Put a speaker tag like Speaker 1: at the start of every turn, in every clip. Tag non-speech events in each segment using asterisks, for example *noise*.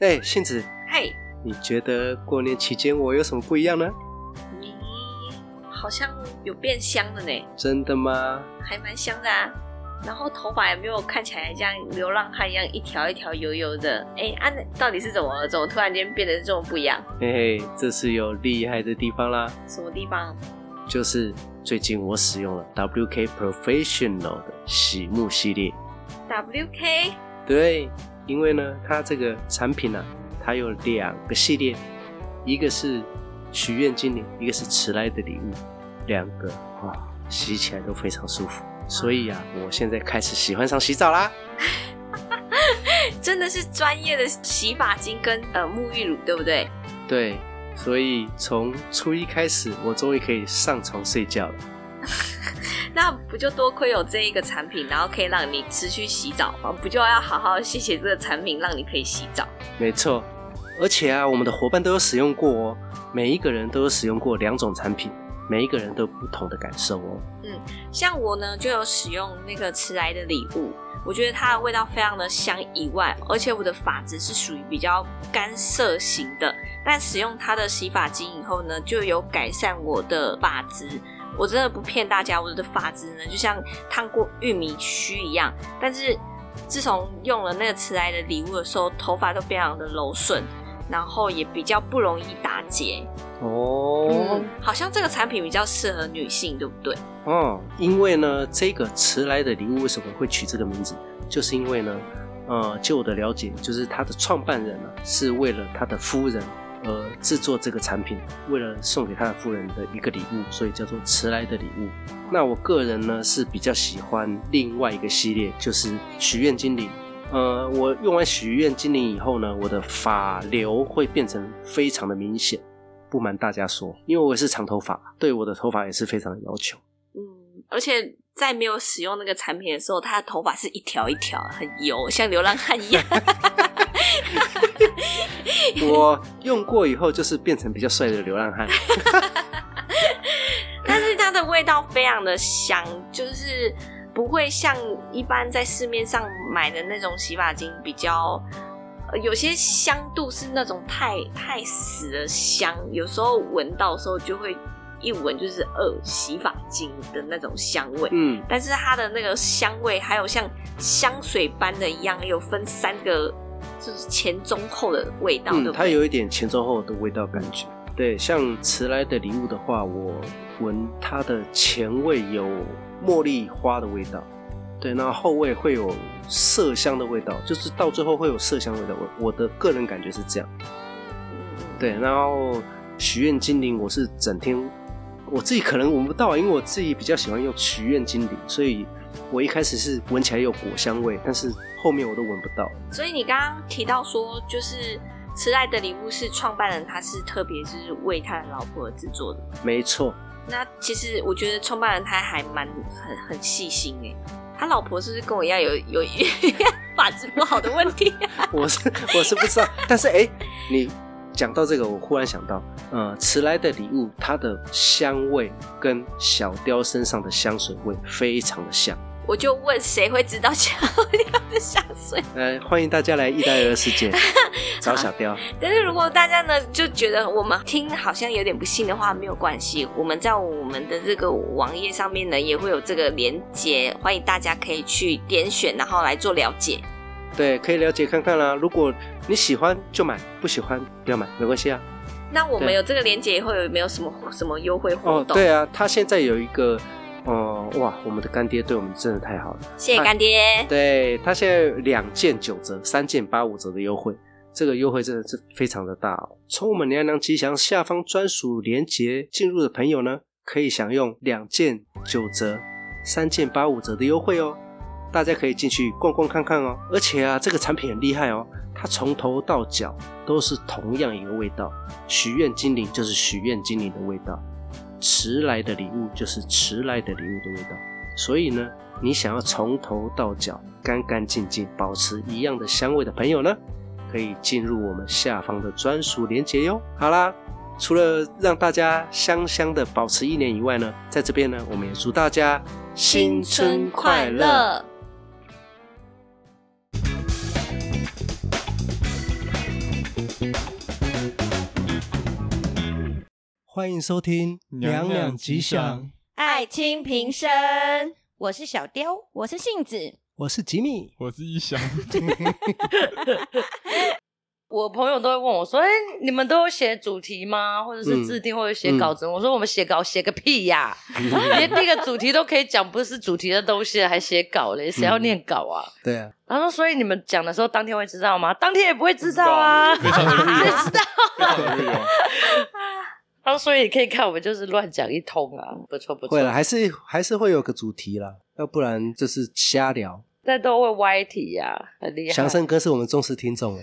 Speaker 1: 哎、杏子，
Speaker 2: 嘿，
Speaker 1: 你觉得过年期间我有什么不一样呢？
Speaker 2: 你好像有变香了呢，
Speaker 1: 真的吗？
Speaker 2: 还蛮香的啊。然后头发也没有看起来像流浪汉一样一条一条油油的。哎，啊，那到底是怎么怎么突然间变得这么不一样？
Speaker 1: 嘿嘿，这是有厉害的地方啦，
Speaker 2: 什么地方？
Speaker 1: 就是最近我使用了 WK Professional 的洗沐系列。
Speaker 2: WK
Speaker 1: 对，因为呢，它这个产品啊，它有两个系列，一个是许愿精灵，一个是迟来的礼物，两个哇，洗起来都非常舒服。所以啊，我现在开始喜欢上洗澡啦。
Speaker 2: 真的是专业的洗发精跟呃沐浴乳，对不对？
Speaker 1: 对，所以从初一开始，我终于可以上床睡觉了。
Speaker 2: 那不就多亏有这一个产品，然后可以让你持续洗澡吗？不就要好好谢谢这个产品，让你可以洗澡？
Speaker 1: 没错，而且啊，我们的伙伴都有使用过哦，每一个人都有使用过两种产品，每一个人都有不同的感受哦。
Speaker 2: 像我呢，就有使用那个迟来的礼物，我觉得它的味道非常的香，以外，而且我的发质是属于比较干涩型的，但使用它的洗发精以后呢，就有改善我的发质。我真的不骗大家，我的发质呢就像烫过玉米须一样，但是自从用了那个迟来的礼物的时候，头发都非常的柔顺，然后也比较不容易打结。
Speaker 1: 哦
Speaker 2: 嗯，，好像这个产品比较适合女性，对不对？
Speaker 1: 哦，因为呢，这个迟来的礼物为什么会取这个名字，就是因为呢，呃，就我的了解，就是他的创办人呢、是为了他的夫人而制作这个产品，为了送给他的夫人的一个礼物，所以叫做迟来的礼物。那我个人呢是比较喜欢另外一个系列，就是许愿精灵。呃，我用完许愿精灵以后呢，我的发流会变成非常的明显。不瞒大家说，因为我也是长头发，对我的头发也是非常的要求。
Speaker 2: 嗯，而且在没有使用那个产品的时候，他的头发是一条一条，很油，像流浪汉一样。 *laughs*
Speaker 1: 我用过以后，就是变成比较帅的流浪汉。
Speaker 2: 但是它的味道非常的香，就是不会像一般在市面上买的那种洗发精比较。呃有些香度是那种太太死的香，有时候闻到的时候就会一闻就是呃洗发精的那种香味。
Speaker 1: 嗯，
Speaker 2: 但是它的那个香味，还有像香水般的一样，有分三个，就是前中后的味道，对
Speaker 1: 嗯，
Speaker 2: 不
Speaker 1: 它
Speaker 2: 对？
Speaker 1: 有一点前中后的味道感觉。对，像迟来的礼物的话，我闻它的前味有茉莉花的味道，对，那后味会有麝香的味道，就是到最后会有麝香味道。我我的个人感觉是这样。
Speaker 2: 嗯
Speaker 1: 对，然后许愿精灵，我是整天我自己可能闻不到，因为我自己比较喜欢用许愿精灵，所以我一开始是闻起来有果香味，但是后面我都闻不到。
Speaker 2: 所以你刚刚提到说，就是迟来的礼物是创办人，他是特别就是为他的老婆制作的。
Speaker 1: 没错，
Speaker 2: 那其实我觉得创办人他还蛮很很细心诶、他老婆是不是跟我一样有有 *laughs* 法质不好的问题、
Speaker 1: 我是 *laughs* 我是不知道，但是哎、你讲到这个，我忽然想到，呃，迟来的礼物，它的香味跟小雕身上的香水味非常的像。
Speaker 2: 我就问谁会知道香料的香水？
Speaker 1: 呃，欢迎大家来意大利的世界找小雕。
Speaker 2: 但是如果大家呢就觉得我们听好像有点不信的话，没有关系，我们在我们的这个网页上面呢也会有这个连接，欢迎大家可以去点选，然后来做了解。
Speaker 1: 对，可以了解看看啦、如果你喜欢就买，不喜欢不要买，没关系啊。
Speaker 2: 那我们
Speaker 1: 对
Speaker 2: 有这个连接以后有没有什么什么优惠活
Speaker 1: 哦，
Speaker 2: 动？
Speaker 1: 对啊，他现在有一个，哦、哇，我们的干爹对我们真的太好了。
Speaker 2: 谢谢干爹。
Speaker 1: 对他现在有两件九折，三件八五折的优惠，这个优惠真的是非常的大哦。从我们娘娘吉祥下方专属链接进入的朋友呢，可以享用两件九折、三件八五折的优惠哦。大家可以进去逛逛看看哦。而且啊，这个产品很厉害哦，它从头到脚都是同样一个味道。许愿精灵就是许愿精灵的味道，迟来的礼物就是迟来的礼物的味道。所以呢，你想要从头到脚干干净净，保持一样的香味的朋友呢，可以进入我们下方的专属链接哟。好啦，除了让大家香香的保持一年以外呢，在这边呢，我们也祝大家新春快乐！！欢迎收听《
Speaker 3: 娘
Speaker 1: 娘
Speaker 3: 娘
Speaker 1: 吉
Speaker 3: 吉
Speaker 1: 祥
Speaker 3: 祥》，
Speaker 4: 爱卿平生，我是小雕，
Speaker 5: 我是杏子，
Speaker 1: 我是吉米。
Speaker 3: 我是一翔，
Speaker 1: *laughs*
Speaker 6: 我朋友都会问我说：“哎、你们都有写主题吗？或者
Speaker 1: 嗯
Speaker 6: 是制定，或者写稿子？”我说：“我们写稿写个
Speaker 1: *laughs*
Speaker 6: 屁呀、连那个主题都可以讲，不是主题的东西了，还写稿嘞？谁
Speaker 1: 嗯
Speaker 6: 要念稿啊？”
Speaker 1: *laughs* 对啊，
Speaker 6: 然后说：“所以你们讲的时候，当天会知道吗？当天也不会知道啊。
Speaker 3: 非常的
Speaker 6: *laughs*
Speaker 3: real，
Speaker 6: 知道。
Speaker 3: 非常的 real。
Speaker 6: 然后所以你可以看，我们就是乱讲一通啊，不错不错
Speaker 1: 会。了，还是还是会有个主题啦，要不然就是瞎聊。
Speaker 6: 但都会歪题呀、很厉害。
Speaker 1: 祥生哥是我们忠实听众了，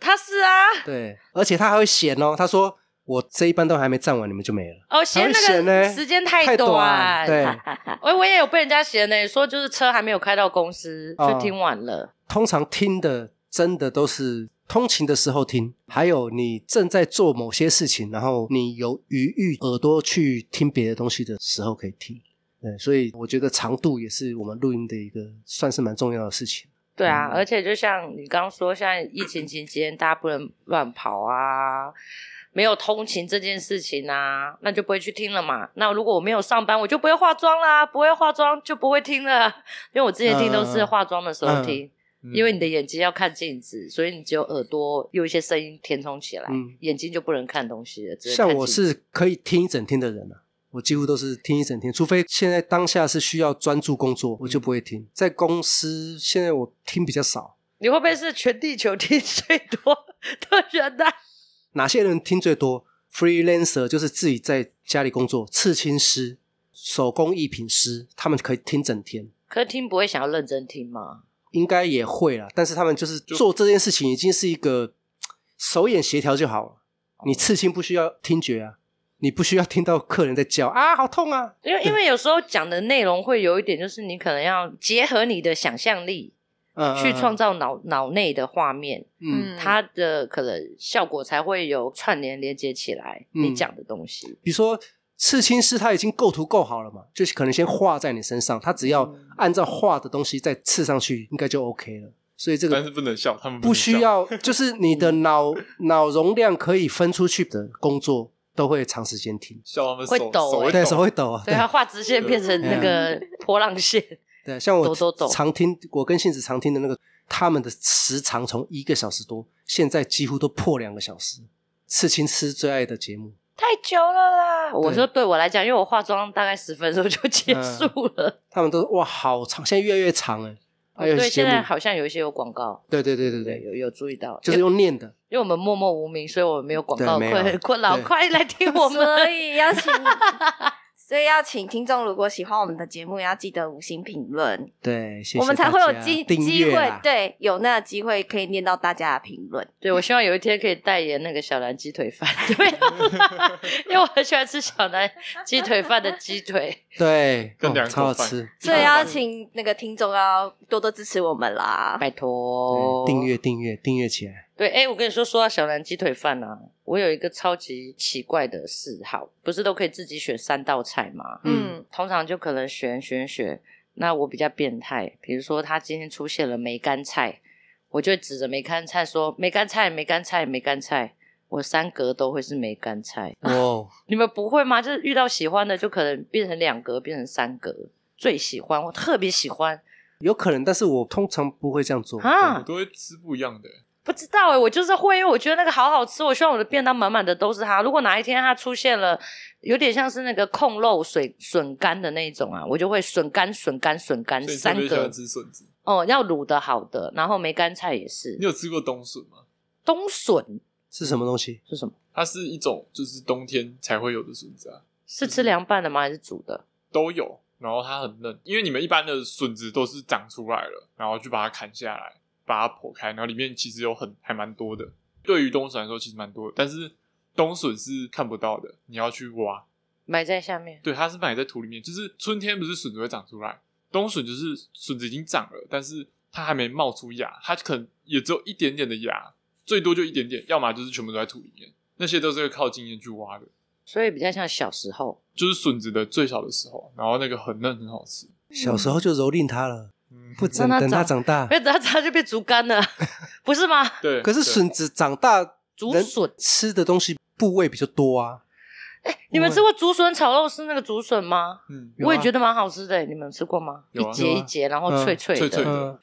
Speaker 6: 他是啊，
Speaker 1: 对，而且他还会写哦，他说我这一半都还没站完，你们就没了。
Speaker 6: 哦，嫌
Speaker 1: 他会
Speaker 6: 那
Speaker 1: 嫌呢
Speaker 6: 个时间
Speaker 1: 太
Speaker 6: 太短，
Speaker 1: 对，
Speaker 6: *laughs* 我我也有被人家嫌呢，说就是车还没有开到公司
Speaker 1: 哦
Speaker 6: 就听完了，
Speaker 1: 通常听的真的都是通勤的时候听，还有你正在做某些事情，然后你有余裕耳朵去听别的东西的时候可以听。对，所以我觉得长度也是我们录音的一个算是蛮重要的事情。
Speaker 6: 对啊，
Speaker 1: 嗯
Speaker 6: 而且就像你刚刚说，现在疫情期间大家不能乱跑啊，没有通勤这件事情啊，那就不会去听了嘛。那如果我没有上班，我就不会化妆啦，不会化妆就不会听了，因为我之前听都
Speaker 1: 嗯
Speaker 6: 是化妆的时候听。因为你的眼睛要看镜子，所以你只有耳朵用一些声音填充起来，
Speaker 1: 嗯
Speaker 6: 眼睛就不能看东西了。只能
Speaker 1: 像
Speaker 6: 看
Speaker 1: 我
Speaker 6: 镜子
Speaker 1: 是可以听一整天的人啊，我几乎都是听一整天，除非现在当下是需要专注工作，
Speaker 6: 嗯
Speaker 1: 我就不会听。在公司现在我听比较少，
Speaker 6: 你会不会是全地球听最多的人啊呢、
Speaker 1: 哪些人听最多？freelancer 就是自己在家里工作，刺青师、手工艺品师，他们可以听整天，
Speaker 6: 可是听不会想要认真听吗？
Speaker 1: 应该也会啦。但是他们就是做这件事情已经是一个嘖手眼协调就好了。
Speaker 6: 哦
Speaker 1: 你刺青不需要听觉啊，你不需要听到客人在叫啊，好痛啊。
Speaker 6: 因为因为有时候讲的内容会有一点，就是你可能要结合你的想象力
Speaker 1: 嗯，
Speaker 6: 去创，造脑脑内的画面，
Speaker 1: 嗯，
Speaker 6: 它的可能效果才会有串联连接起来。
Speaker 1: 嗯
Speaker 6: 你讲的东西，
Speaker 1: 比如说刺青师他已经构图构好了嘛，就是可能先画在你身上，他只
Speaker 6: 嗯
Speaker 1: 要按照画的东西再刺上去，应该就 OK 了。所以这个
Speaker 3: 但是不能笑，他们
Speaker 1: 不
Speaker 3: 能
Speaker 1: 需
Speaker 3: 笑。
Speaker 1: 要， *laughs* 就是你的脑脑容量可以分出去的工作，都会长时间停。
Speaker 3: 笑他们
Speaker 6: 会
Speaker 3: 手
Speaker 6: 抖
Speaker 3: 手
Speaker 6: 欸
Speaker 1: 对，嗯
Speaker 3: 会
Speaker 1: 手
Speaker 3: 抖
Speaker 1: 会抖啊。
Speaker 6: 对，它画直线变成那个波浪线，
Speaker 1: 对，像我
Speaker 6: 抖抖抖
Speaker 1: 常听，我跟杏子常听的那个，他们的时长从一个小时多，现在几乎都破两个小时。刺青师最爱的节目，
Speaker 6: 太久了啦。我说对我来讲，因为我化妆大概十分钟就结
Speaker 1: 嗯
Speaker 6: 束了。
Speaker 1: 他们都哇好长，现在越来越长 *laughs* 哎、还有
Speaker 6: 哦对，
Speaker 1: 节
Speaker 6: 现
Speaker 1: 目
Speaker 6: 在，好像有一些有广告，
Speaker 1: 对对对对
Speaker 6: 对，
Speaker 1: 对，
Speaker 6: 有有注意到，
Speaker 1: 就是用念的，
Speaker 6: 因为我们默默无名，所以我们没有广告
Speaker 1: 对没有
Speaker 6: 困困扰，
Speaker 1: 对
Speaker 6: 快来听我们。
Speaker 4: 所以要请，所以要请听众，如果喜欢我们的节目，也要记得五星评论，
Speaker 1: 对，谢谢
Speaker 4: 我们才会
Speaker 1: 大
Speaker 4: 有
Speaker 1: 家
Speaker 4: 机
Speaker 1: 订
Speaker 4: 机
Speaker 1: 阅
Speaker 4: 会
Speaker 1: 啦，
Speaker 4: 对，有那个机会可以念到大家的评论。
Speaker 6: 对，我希望有一天可以代言那个小南鸡腿饭，对，啊因为我很喜欢吃小南鸡腿饭的鸡腿。
Speaker 1: 对，
Speaker 3: 跟
Speaker 1: 哦
Speaker 3: 两口
Speaker 1: 超好
Speaker 3: 饭
Speaker 1: 吃，
Speaker 4: 所以要请那个听众要多多支持我们
Speaker 6: *laughs*
Speaker 4: 啦。
Speaker 6: 拜托
Speaker 1: 对，订阅订阅订阅起来。
Speaker 6: *laughs* 对，哎、我跟你说，说到小南鸡腿饭啊，我有一个超级奇怪的嗜好，不是都可以自己选三道菜吗？
Speaker 1: 嗯
Speaker 4: 嗯，
Speaker 6: 通常就可能选选选。那我比较变态，比如说他今天出现了梅干菜，我就会指着梅干菜说：“梅干菜，梅干菜，梅干菜。”我三格都会是梅干菜，
Speaker 1: 哇哦，
Speaker 6: 你们不会吗？就是遇到喜欢的，就可能变成两格，变成三格。最喜欢，我特别喜欢
Speaker 1: 有可能，但是我通常不会这样做。
Speaker 3: 我
Speaker 6: 啊！
Speaker 3: 都会吃不一样的。
Speaker 6: 不知道哎、我就是会，因为我觉得那个好好吃，我希望我的便当满满的都是它。如果哪一天它出现了，有点像是那个控肉水笋干的那一种啊，我就会笋干、笋干、笋干
Speaker 3: 所以你
Speaker 6: 三
Speaker 3: 特别喜
Speaker 6: 格
Speaker 3: 欢。吃笋子。
Speaker 6: 哦，要卤的好的，然后梅干菜也是
Speaker 3: 你。有吃过冬笋吗？
Speaker 6: 冬笋
Speaker 1: 是什么东西？
Speaker 6: 是什么？
Speaker 3: 它是一种就是冬天才会有的笋子啊，
Speaker 6: 是吃凉拌的吗？还是煮的？
Speaker 3: 都有。然后它很嫩，因为你们一般的笋子都是长出来了，然后就把它砍下来，把它剖开，然后里面其实有很还蛮多的。对于冬笋来说，其实蛮多的，但是冬笋是看不到的，你要去挖。
Speaker 6: 埋在下面。
Speaker 3: 对，它是埋在土里面，就是春天不是笋子会长出来，冬笋就是笋子已经长了，但是它还没冒出芽，它可能也只有一点点的芽，最多就一点点，要么就是全部都在土里面，那些都是靠经验去挖的，
Speaker 6: 所以比较像小时
Speaker 3: *laughs*
Speaker 6: 候，
Speaker 3: 就是笋子的最小的时候，然后那个很嫩，很好吃。
Speaker 1: 小时候就蹂躏它了，
Speaker 3: 嗯，
Speaker 1: 不等
Speaker 6: 让它
Speaker 1: 等它长
Speaker 6: 长
Speaker 1: 大
Speaker 6: 因。为等它长就变竹竿了，不是吗？
Speaker 3: 对，
Speaker 1: 可是
Speaker 3: 对
Speaker 1: 笋子长大，
Speaker 6: 竹
Speaker 1: 人
Speaker 6: 笋
Speaker 1: 吃的东西部位比较多啊，
Speaker 6: 你们吃过竹笋炒肉丝那个竹笋吗？
Speaker 3: 嗯，
Speaker 1: 有啊
Speaker 6: 我也觉得蛮好吃的，你们有吃过吗？
Speaker 3: 有啊
Speaker 6: 一节一节，然后脆脆的。
Speaker 3: 脆脆的，
Speaker 1: 嗯，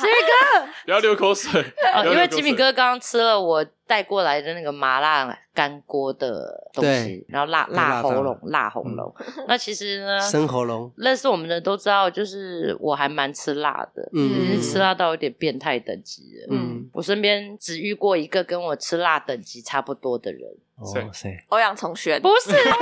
Speaker 6: 杰哥，，
Speaker 3: 不要流口水
Speaker 6: *laughs* 哦
Speaker 3: 不要流口水
Speaker 6: 因为吉米哥刚刚吃了我带过来的那个麻辣干锅的东西，然后辣辣
Speaker 1: 辣到
Speaker 6: 喉咙，辣喉咙。那其实呢，
Speaker 1: 嗯生喉咙，
Speaker 6: 认识我们的都知道，就是我还蛮吃辣的，已
Speaker 1: 嗯
Speaker 6: 经吃辣啊到有点变态等级了。
Speaker 1: 嗯，
Speaker 6: 我身边只遇过一个跟我吃辣等级差不多的人，
Speaker 1: 哇塞，
Speaker 4: 欧阳从轩，
Speaker 6: 不是啦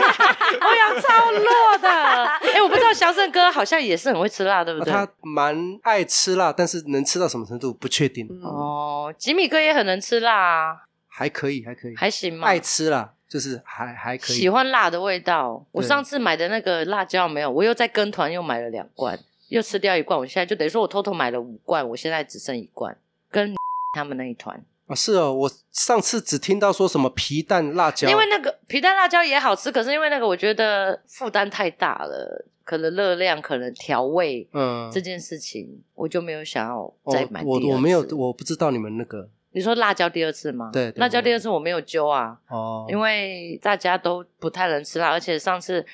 Speaker 6: 欧阳超弱的。哎、我不知道小沈哥好像也是很会吃辣，对不
Speaker 1: 啊
Speaker 6: 对？
Speaker 1: 他蛮爱吃辣，但是能吃到什么程度不确定，
Speaker 4: 嗯，
Speaker 6: 哦，吉米哥也很能吃辣啊，
Speaker 1: 还可以，还可以，
Speaker 6: 还行吗？
Speaker 1: 爱吃啦，就是还还可以，
Speaker 6: 喜欢辣的味道。我
Speaker 1: 对
Speaker 6: 上次买的那个辣椒没有，我又在跟团又买了两罐，又吃掉一罐。我现在就等于说我偷偷买了五罐，我现在只剩一罐，跟他们那一团。
Speaker 1: 啊，是哦，我上次只听到说什么皮蛋辣椒，
Speaker 6: 因为那个皮蛋辣椒也好吃，可是因为那个我觉得负担太大了，可能热量，可能调味。
Speaker 1: 嗯
Speaker 6: 这件事情我就没有想要
Speaker 1: 哦
Speaker 6: 再买啊第二
Speaker 1: 我
Speaker 6: 次、
Speaker 1: 我没有，我不知道你们那个
Speaker 6: 你说辣椒第二次吗？
Speaker 1: 对对
Speaker 6: 辣椒第二次我没有揪啊，
Speaker 1: 哦，
Speaker 6: 因为大家都不太能吃辣，而且上次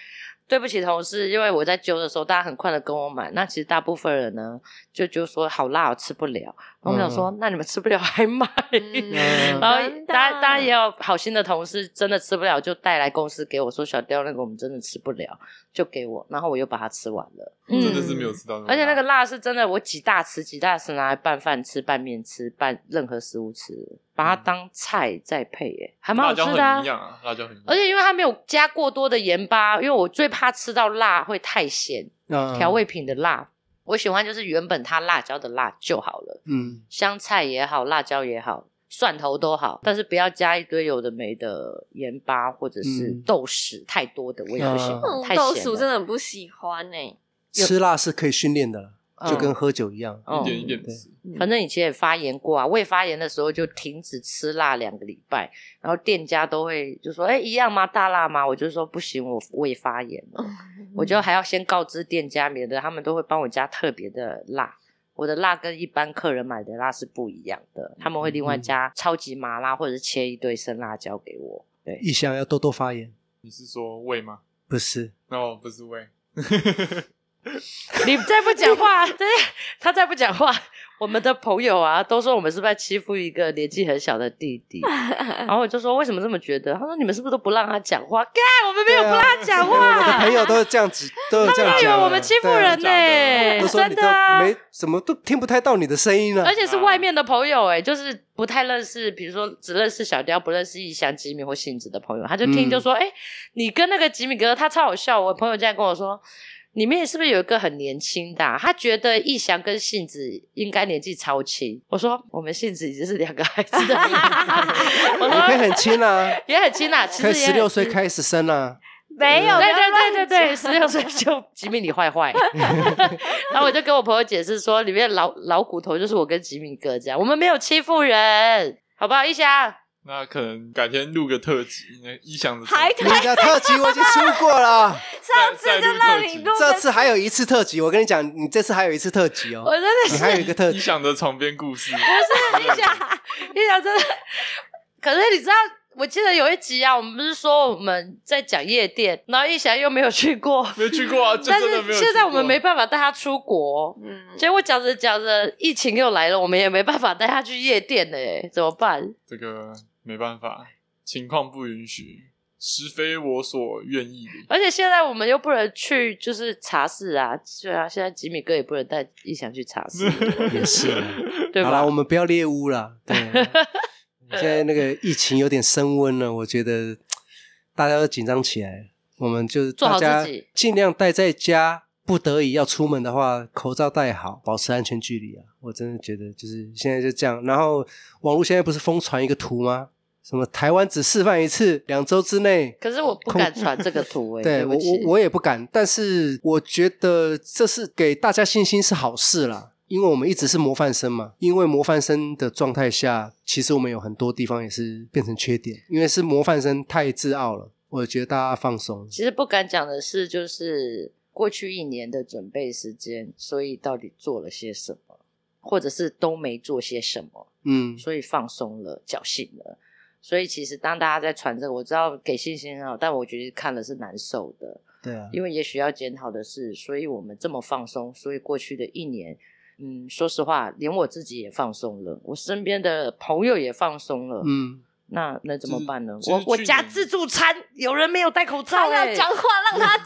Speaker 6: 对不起同事，因为我在揪的时候，大家很快的跟我买，那其实大部分人呢就就说好辣，我吃不了。我们想说，那你们吃不了还买？
Speaker 2: *laughs*
Speaker 1: 嗯
Speaker 6: 然后大家大家也有好心的同事，真的吃不了就带来公司给我说小雕那个我们真的吃不了，就给我，然后我又把它吃完了。嗯
Speaker 3: 真的是没有吃到，
Speaker 6: 而且那个辣是真的，我几大匙几大匙拿来拌饭吃、拌面吃、拌任何食物吃，把它当菜再配、耶，还蛮好
Speaker 3: 辣椒
Speaker 6: 吃的、啊
Speaker 3: 很营。养啊，辣椒很营养，
Speaker 6: 而且因为它没有加过多的盐巴，因为我最怕吃到辣会太咸，
Speaker 1: 嗯
Speaker 6: 调味品的辣，我喜欢就是原本它辣椒的辣就好了，
Speaker 1: 嗯
Speaker 6: 香菜也好，辣椒也好，蒜头都好，但是不要加一堆有的没的盐巴或者是
Speaker 1: 嗯
Speaker 6: 豆豉太多的，我也不喜欢，
Speaker 1: 嗯
Speaker 6: 太
Speaker 2: 豆
Speaker 6: 咸
Speaker 2: 薯
Speaker 6: 了
Speaker 2: 真的很不喜欢呢。
Speaker 1: 吃辣是可以训练的啦，就跟
Speaker 6: 嗯
Speaker 1: 喝酒一样，
Speaker 6: 嗯
Speaker 3: 一点一点
Speaker 1: 对
Speaker 3: 吃，
Speaker 6: 反正以前也发炎过啊，未发炎的时候就停止吃辣两个礼拜，然后店家都会就说：“哎、一样吗？大辣吗？”我就说：“不行，我胃发炎了。我就还要先告知店家，免得他们都会帮我加特别的辣。我的辣跟一般客人买的辣是不一样的，他们会另外加超级麻辣或者是切一堆生辣椒给我。对，
Speaker 1: 异香要多多发言，
Speaker 3: 你是说胃吗？
Speaker 1: 不是
Speaker 3: 哦，不是胃，
Speaker 6: 你再不讲
Speaker 1: *laughs*
Speaker 6: 话，对，他再不讲话，我们的朋友啊都说我们是不是在欺负一个年纪很小的弟
Speaker 1: *laughs*
Speaker 6: 弟？然后我就说为什么这么觉得？他说你们是不是都不让他讲话？干，我们没有不
Speaker 1: 对啊
Speaker 6: 让他讲
Speaker 1: 我的
Speaker 6: 话，
Speaker 1: 朋友都是这样
Speaker 6: *laughs*
Speaker 1: 子，都有这样
Speaker 6: 以为
Speaker 1: 讲
Speaker 6: 我
Speaker 1: 啊
Speaker 6: 们欺负
Speaker 1: 对啊
Speaker 6: 人呢、
Speaker 1: 都说
Speaker 6: 真
Speaker 1: 你
Speaker 6: 的
Speaker 1: 都
Speaker 6: 啊。
Speaker 1: 没怎么都听不太到你的声音了
Speaker 6: *laughs* 而，且是外面的朋友、哎，就是不太认识，比如说只认识小雕，不认识异乡吉米或性子的朋友，他就听
Speaker 1: 嗯
Speaker 6: 就说，哎、你跟那个吉米哥，他超好笑。我朋友这样跟我说，里面是不是有一个很年轻的啊、他觉得异翔跟杏子应该年纪超轻。我说我们杏子已经是两个孩子的年代， *laughs* 我
Speaker 1: 你可以
Speaker 6: 说
Speaker 1: 很亲啊，
Speaker 6: 也很轻啦， *laughs* 其实
Speaker 1: 可以十
Speaker 6: 也很
Speaker 1: 六岁
Speaker 6: 轻
Speaker 1: 开始生啊，
Speaker 4: 没有，
Speaker 6: 对
Speaker 4: 不要乱
Speaker 6: 对对对对，十
Speaker 4: 讲
Speaker 6: 六
Speaker 4: *laughs*
Speaker 6: 岁就吉米你坏 *laughs* 坏。然后我就跟我朋友解释说，里面老老骨头就是我跟吉米哥这样，我们没有欺负人，好不好？一翔，
Speaker 3: 那可能改天录个特辑，那一想的
Speaker 4: 还
Speaker 1: 你的特辑我已经出过了，
Speaker 4: 上次就让你录
Speaker 1: *laughs* 这次还有一次特辑，我跟你讲，你这次还有一次特辑哦
Speaker 6: 我，真的
Speaker 1: 你
Speaker 6: 是
Speaker 1: 还有一个特
Speaker 3: 一
Speaker 1: 辑，
Speaker 3: 想的床边故事，
Speaker 6: 一翔，一翔真的。可是你知道，我记得有一集啊，我们不是说我们在讲夜店，然后一翔又没有去 *laughs* 过，
Speaker 3: 没去过 *laughs* 啊，就
Speaker 6: 但
Speaker 3: 真的没
Speaker 6: 是
Speaker 3: 有。
Speaker 6: 现在我们没，办法带他出国。
Speaker 4: 嗯，
Speaker 6: 结果讲着讲着，疫情又来了，我们也没办法带他去夜店了，哎，怎么办？
Speaker 3: 这个没办法，情况不允许，实非我所愿意的。
Speaker 6: 而且现在我们又不能去，就是茶室啊，对啊，现在吉米哥也不能带一翔去茶
Speaker 3: *laughs*
Speaker 6: 室，
Speaker 1: 也是啊。
Speaker 6: 对
Speaker 1: *laughs* 好啦，
Speaker 6: 吧
Speaker 1: 我？们不要猎污啦。对，啊
Speaker 6: *laughs*
Speaker 1: 现在那个疫情有点升温了，我觉得大家都紧张起来。我们就是
Speaker 6: 做
Speaker 1: 大
Speaker 6: 好
Speaker 1: 家
Speaker 6: 自己
Speaker 1: 尽量待在家，不得已要出门的话，口罩戴好，保持安全距离啊！我真的觉得就是现在就这样。然后网络现在不是疯传一个图吗？什么台湾只示范一次，两周之内
Speaker 6: 可是我不敢传这个
Speaker 1: *laughs*
Speaker 6: 图、哎，
Speaker 1: 对
Speaker 6: 不
Speaker 1: 我我
Speaker 6: 起，
Speaker 1: 我也不敢，但是我觉得这是给大家信心是好事啦，因为我们一直是模范生嘛。因为模范生的状态下，其实我们有很多地方也是变成缺点，因为是模范生太自傲了。我觉得大家放松，
Speaker 6: 其实不敢讲的是，就是过去一年的准备时间，所以到底做了些什么，或者是都没做些什么，
Speaker 1: 嗯，
Speaker 6: 所以放松了，侥幸了。所以其实当大家在传这个，我知道给信心很好，但我觉得看了是难受的，
Speaker 1: 对啊，
Speaker 6: 因为也许要检讨的是，所以我们这么放松，所以过去的一年，嗯，说实话，连我自己也放松了，我身边的朋友也放松了，
Speaker 1: 嗯，
Speaker 6: 那能怎么办呢？
Speaker 3: 就是
Speaker 6: 我我
Speaker 3: 去
Speaker 6: 家
Speaker 3: 年
Speaker 6: 自助餐有人没有戴口罩、
Speaker 4: 他
Speaker 6: 欸，
Speaker 4: 要
Speaker 6: *laughs*
Speaker 4: 讲话，让他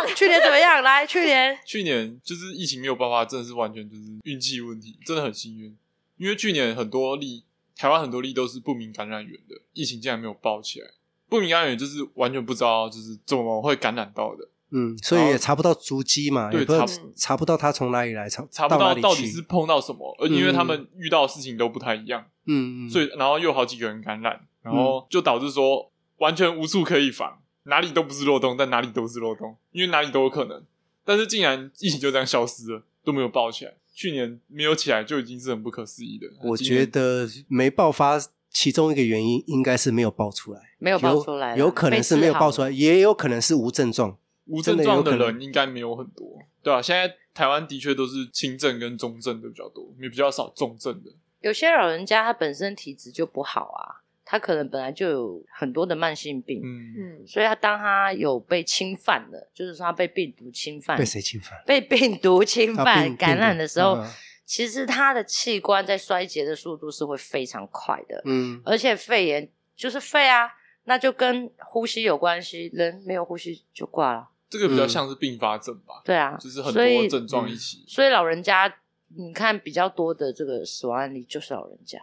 Speaker 6: 好
Speaker 4: 讲。 *laughs*
Speaker 6: 去年怎么样？来，
Speaker 1: *laughs*
Speaker 6: 去年
Speaker 3: 去年就是疫情没有办法，真的是完全就是运气问题，真的很幸运。因为去年很多例，台湾很多例都是不明感染源的，疫情竟然没有爆起来。不明感染源就是完全不知道，就是怎么会感染到的，
Speaker 1: 嗯，所以也查不到足迹嘛，
Speaker 3: 对
Speaker 1: 也不知道
Speaker 3: 查
Speaker 4: 不
Speaker 1: 查不到他从哪里来，查
Speaker 3: 查不
Speaker 1: 到
Speaker 3: 到
Speaker 1: 哪里
Speaker 3: 到底
Speaker 1: 去
Speaker 3: 是碰到什么，而因为他们遇到的事情都不太一样，
Speaker 1: 嗯，嗯
Speaker 3: 所以然后又有好几个人感染，然后就导致说完全无处可以防，哪里都不是漏洞，但哪里都是漏洞，因为哪里都有可能。但是竟然疫情就这样消失了，都没有爆起来。去年没有起来就已经是很不可思议的。
Speaker 1: 我
Speaker 3: 今
Speaker 1: 觉
Speaker 3: 年
Speaker 1: 得没爆发其中一个原因应该是没有爆出来，
Speaker 6: 没有爆出来啦
Speaker 1: 有有可能是没有爆出
Speaker 6: 被治好了
Speaker 1: 来，也有可能是无症状。
Speaker 3: 无症状的
Speaker 1: 真的有可
Speaker 3: 人应该没有很多，对啊，现在台湾的确都是轻症跟中症的比较多，也比较少重症的。
Speaker 6: 有些老人家他本身体质就不好啊，他可能本来就有很多的慢性病，
Speaker 3: 嗯，
Speaker 4: 嗯，
Speaker 6: 所以他当他有被侵犯了，就是说他被病毒侵犯，
Speaker 1: 被谁侵犯？
Speaker 6: 被 *laughs* 病毒侵
Speaker 1: 啊
Speaker 6: 犯、
Speaker 1: 病
Speaker 6: 感染
Speaker 1: 病毒
Speaker 6: 的时候，
Speaker 1: 嗯
Speaker 6: 其实他的器官在衰竭的速度是会非常快的，
Speaker 1: 嗯，
Speaker 6: 而且肺炎就是肺啊，那就跟呼吸有关系，人没有呼吸就挂了，
Speaker 3: 这个比
Speaker 1: 嗯
Speaker 3: 较像是并发症吧，
Speaker 6: 对啊，
Speaker 3: 就是很
Speaker 6: 所以
Speaker 3: 多症状一起。
Speaker 6: 所以老人家，你看比较多的这个死亡案例就是老人家，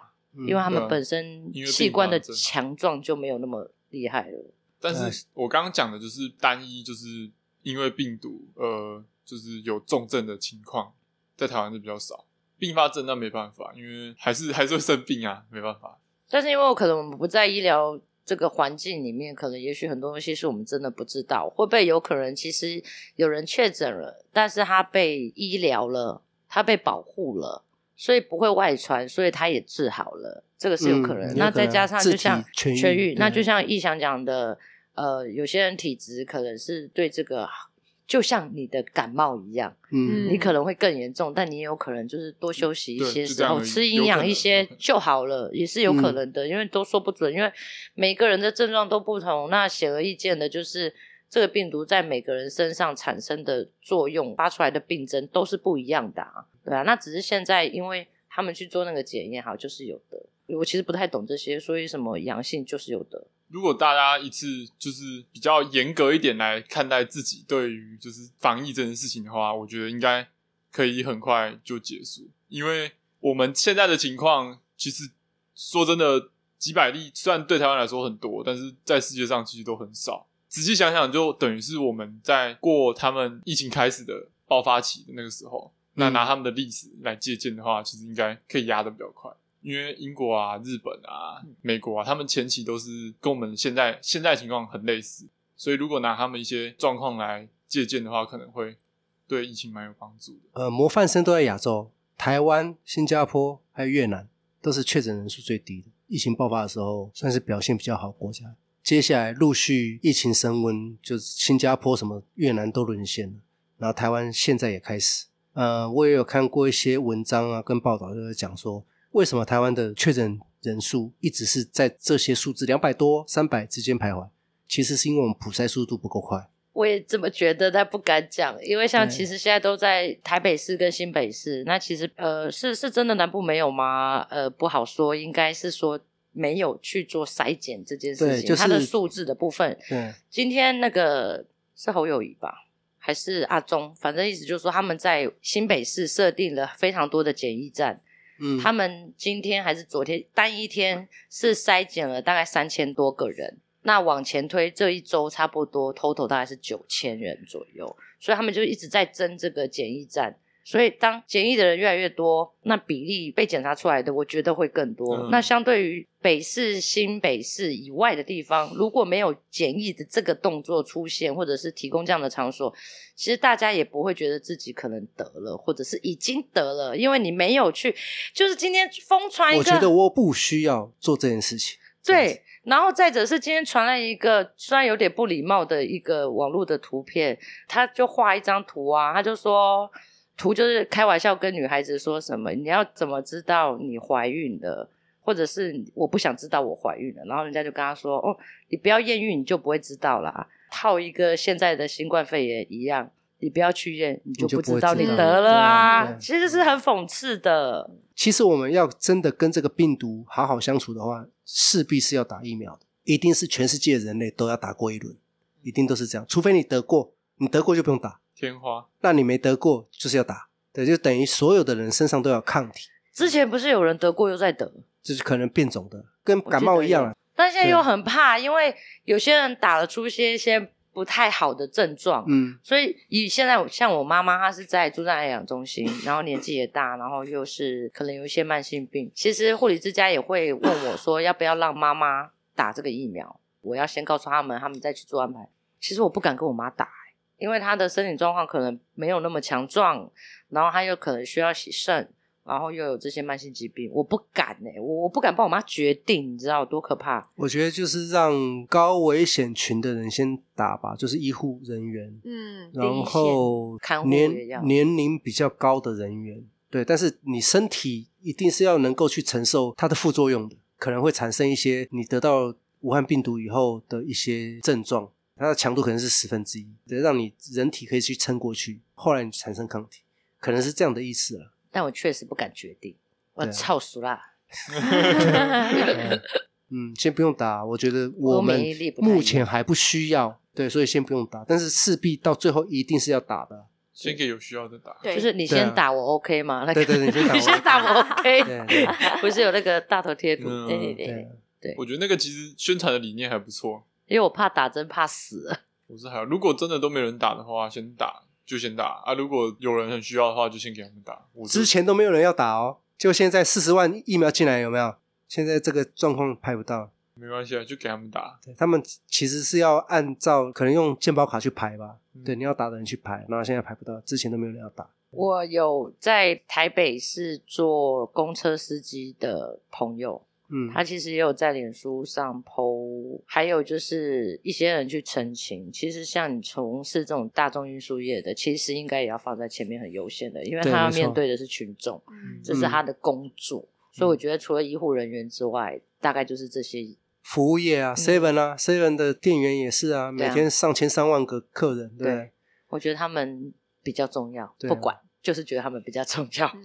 Speaker 6: 因为他
Speaker 3: 对
Speaker 6: 们
Speaker 3: 啊
Speaker 6: 本身
Speaker 3: 因为
Speaker 6: 器
Speaker 3: 并
Speaker 6: 官的
Speaker 3: 发症
Speaker 6: 强壮就没有那么厉害了。
Speaker 3: 但是我刚刚讲的就是单一，就是因为病毒，呃，就是有重症的情况，在台湾是比较少。并发症那没办法，因为还是还是会生病啊，没办法。
Speaker 6: 但是因为我可能我们不在医疗这个环境里面，可能也许很多东西是我们真的不知道，会不会有可能其实有人确诊了，但是他被医疗了，他被保护了，所以不会外传，所以他也治好了，这个是有可能。
Speaker 1: 嗯
Speaker 6: 那
Speaker 1: 有可
Speaker 6: 再
Speaker 1: 能
Speaker 6: 加上
Speaker 1: 自
Speaker 6: 就
Speaker 1: 体
Speaker 6: 像
Speaker 1: 痊愈对
Speaker 6: 那就像易翔讲的，呃，有些人体质可能是对这个。就像你的感冒一样，
Speaker 1: 嗯
Speaker 4: 嗯
Speaker 6: 你可能会更严重，但你也有可能就是多休息一
Speaker 3: 嗯对
Speaker 6: 些
Speaker 3: 就
Speaker 6: 时
Speaker 3: 这样
Speaker 6: 候，
Speaker 3: 而已
Speaker 6: 吃
Speaker 3: 有
Speaker 6: 营
Speaker 3: 可
Speaker 6: 养
Speaker 3: 能嗯
Speaker 6: 一些
Speaker 3: 有可能
Speaker 6: 就好了，也是有可能的，因为都说不准，因为每个人的症状都不同。那显而易见的就是这个病毒在每个人身上产生的作用，发出来的病症都是不一样的啊，对啊。那只是现在因为他们去做那个检验，好就是有的。我其实不太懂这些，所以什么阳性就是有的，
Speaker 3: 如果大家一次就是比较严格一点来看待自己对于就是防疫这件事情的话，我觉得应该可以很快就结束，因为我们现在的情况，其实说真的，几百例虽然对台湾来说很多，但是在世界上其实都很少。仔细想想，就等于是我们在过他们疫情开始的爆发期的那个时候，那
Speaker 1: 嗯
Speaker 3: 拿他们的历史来借鉴的话，其实应该可以压得比较快。因为英国啊、日本啊、
Speaker 1: 嗯
Speaker 3: 美国啊，他们前期都是跟我们现在现在情况很类似，所以如果拿他们一些状况来借鉴的话，可能会对疫情蛮有帮助的。
Speaker 1: 呃，模范生都在亚洲，台湾、新加坡还有越南都是确诊人数最低的，疫情爆发的时候算是表现比较好的国家。接下来陆续疫情升温，就是新加坡什么越南都沦陷了，然后台湾现在也开始。呃，我也有看过一些文章啊，跟报道就是讲说，为什么台湾的确诊人数一直是在这些数字两百多、三百之间徘徊？其实是因为我们普筛速度不够快。
Speaker 6: 我也这么觉得，但不敢讲，因为像
Speaker 1: 对
Speaker 6: 其实现在都在台北市跟新北市，那其实呃是是真的南部没有吗？呃，不好说，应该是说没有去做筛检这件事
Speaker 1: 对
Speaker 6: 情，
Speaker 1: 就是
Speaker 6: 它的数字的部分。
Speaker 1: 对，
Speaker 6: 今天那个是侯友谊吧，还是阿中？反正意思就是说他们在新北市设定了非常多的检疫站，
Speaker 1: 嗯，
Speaker 6: 他们今天还是昨天单一天是筛检了大概三千多个人，那往前推这一周差不多 total 大概是九千人左右，所以他们就一直在争这个检疫站。所以当检疫的人越来越多，那比例被检查出来的，我觉得会更多。
Speaker 3: 嗯
Speaker 6: 那相对于北市、新北市以外的地方，如果没有检疫的这个动作出现，或者是提供这样的场所，其实大家也不会觉得自己可能得了，或者是已经得了，因为你没有去，就是今天疯传一个，
Speaker 1: 我觉得我不需要做这件事情。这样子
Speaker 6: 对，然后再者是今天传了一个虽然有点不礼貌的一个网络的图片，他就画一张图啊，他就说图就是开玩笑跟女孩子说什么你要怎么知道你怀孕了。或者是我不想知道我怀孕了，然后人家就跟他说：“哦，你不要验孕，你就不会知道啦。”套一个现在的新冠肺炎一样，你不要去验，你就
Speaker 1: 就
Speaker 6: 不
Speaker 1: 不
Speaker 6: 知
Speaker 1: 会
Speaker 6: 道
Speaker 1: 知
Speaker 6: 你
Speaker 4: 道
Speaker 6: 得了
Speaker 1: 对
Speaker 6: 啊
Speaker 1: 啊。对
Speaker 6: 其实是很讽刺的，
Speaker 1: 其实我们要真的跟这个病毒好好相处的话，势必是要打疫苗的，一定是全世界人类都要打过一轮，一定都是这样，除非你得过，你得过就不用打，
Speaker 3: 天花，
Speaker 1: 那你没得过就是要打，对，就等于所有的人身上都要有抗体，
Speaker 6: 之前不是有人得过又再得，
Speaker 1: 就是可能变种的，跟
Speaker 6: 我
Speaker 1: 感
Speaker 6: 记
Speaker 1: 冒
Speaker 6: 得
Speaker 1: 一样
Speaker 6: 有
Speaker 1: 啊，
Speaker 6: 但现在
Speaker 1: 对
Speaker 6: 又很怕，因为有些人打了出一些一些不太好的症状，
Speaker 1: 嗯，
Speaker 6: 所以以现在我像我妈妈，她是在住在安养中心，然后年纪也大，然后又是可能有一些慢性病。其实护理之家也会问我说，要不要让妈妈打这个疫苗？我要先告诉他们，他们再去做安排。其实我不敢跟我妈打、欸因为她的身体状况可能没有那么强壮，然后她又可能需要洗肾，然后又有这些慢性疾病，我不敢哎、我我不敢帮我妈决定，你知道多可怕？
Speaker 1: 我觉得就是让高危险群的人先打吧，就是医护人员，
Speaker 2: 嗯，
Speaker 1: 然后
Speaker 6: 看护
Speaker 1: 年
Speaker 6: 也要
Speaker 1: 年龄比较高的人员，对，但是你身体一定是要能够去承受它的副作用的，可能会产生一些你得到武汉病毒以后的一些症状，它的强度可能是十分之一，得让你人体可以去撑过去，后来你产生抗体，可能是这样的意思
Speaker 6: *laughs*
Speaker 1: 了。
Speaker 6: 但我确实不敢决定，我
Speaker 1: 对啊
Speaker 6: 操死啦！
Speaker 1: 嗯，先不用打，我觉得我
Speaker 6: 我
Speaker 1: 们
Speaker 6: 免疫力不太一样
Speaker 1: 目前还不需要，对，所以先不用打，但是势必到最后一定是要打的。
Speaker 3: 先给有需要的打。
Speaker 2: 对，
Speaker 6: 就是你
Speaker 1: 对啊
Speaker 6: 先打我 OK 吗？那个
Speaker 1: 对对，对，你先打
Speaker 6: *laughs* 你先打我 OK，
Speaker 1: *laughs* 对对
Speaker 6: 不是有那个大头贴图？
Speaker 3: 嗯
Speaker 6: 对对对
Speaker 1: 对
Speaker 6: *laughs* 对，，
Speaker 3: 我觉得那个其实宣传的理念还不错。
Speaker 6: 因为我怕打针怕死，
Speaker 3: 我是还有，如果真的都没人打的话，先打就先打啊。如果有人很需要的话，就先给他们打。我
Speaker 1: 之前都没有人要打哦，就现在四十万疫苗进来有没有？现在这个状况拍不到，
Speaker 3: 没关系啊，就给他们打。
Speaker 1: 对他们其实是要按照可能用健保卡去排吧，
Speaker 3: 嗯
Speaker 1: 对，你要打的人去排，然后现在排不到，之前都没有人要打，
Speaker 6: *laughs* 我有在台北市做公车司机的朋友，
Speaker 1: 嗯，
Speaker 6: 他其实也有在脸书上 PO，还有就是一些人去澄清，其实像你从事这种大众运输业的，其实应该也要放在前面很优先的，因为
Speaker 1: 对
Speaker 6: 他要
Speaker 1: 没错
Speaker 6: 面对的是群众，
Speaker 2: 嗯
Speaker 6: 这是他的工作，所
Speaker 1: 嗯
Speaker 6: 以我觉得除了医护人员之外，大概就是这些
Speaker 1: 服务业啊，seven 啊，seven 的店员也是啊，每天上千上万个客人，对不对
Speaker 6: 对我觉得他们比较重要，
Speaker 1: 对啊
Speaker 6: 不管就是觉得他们比较重要，
Speaker 2: 嗯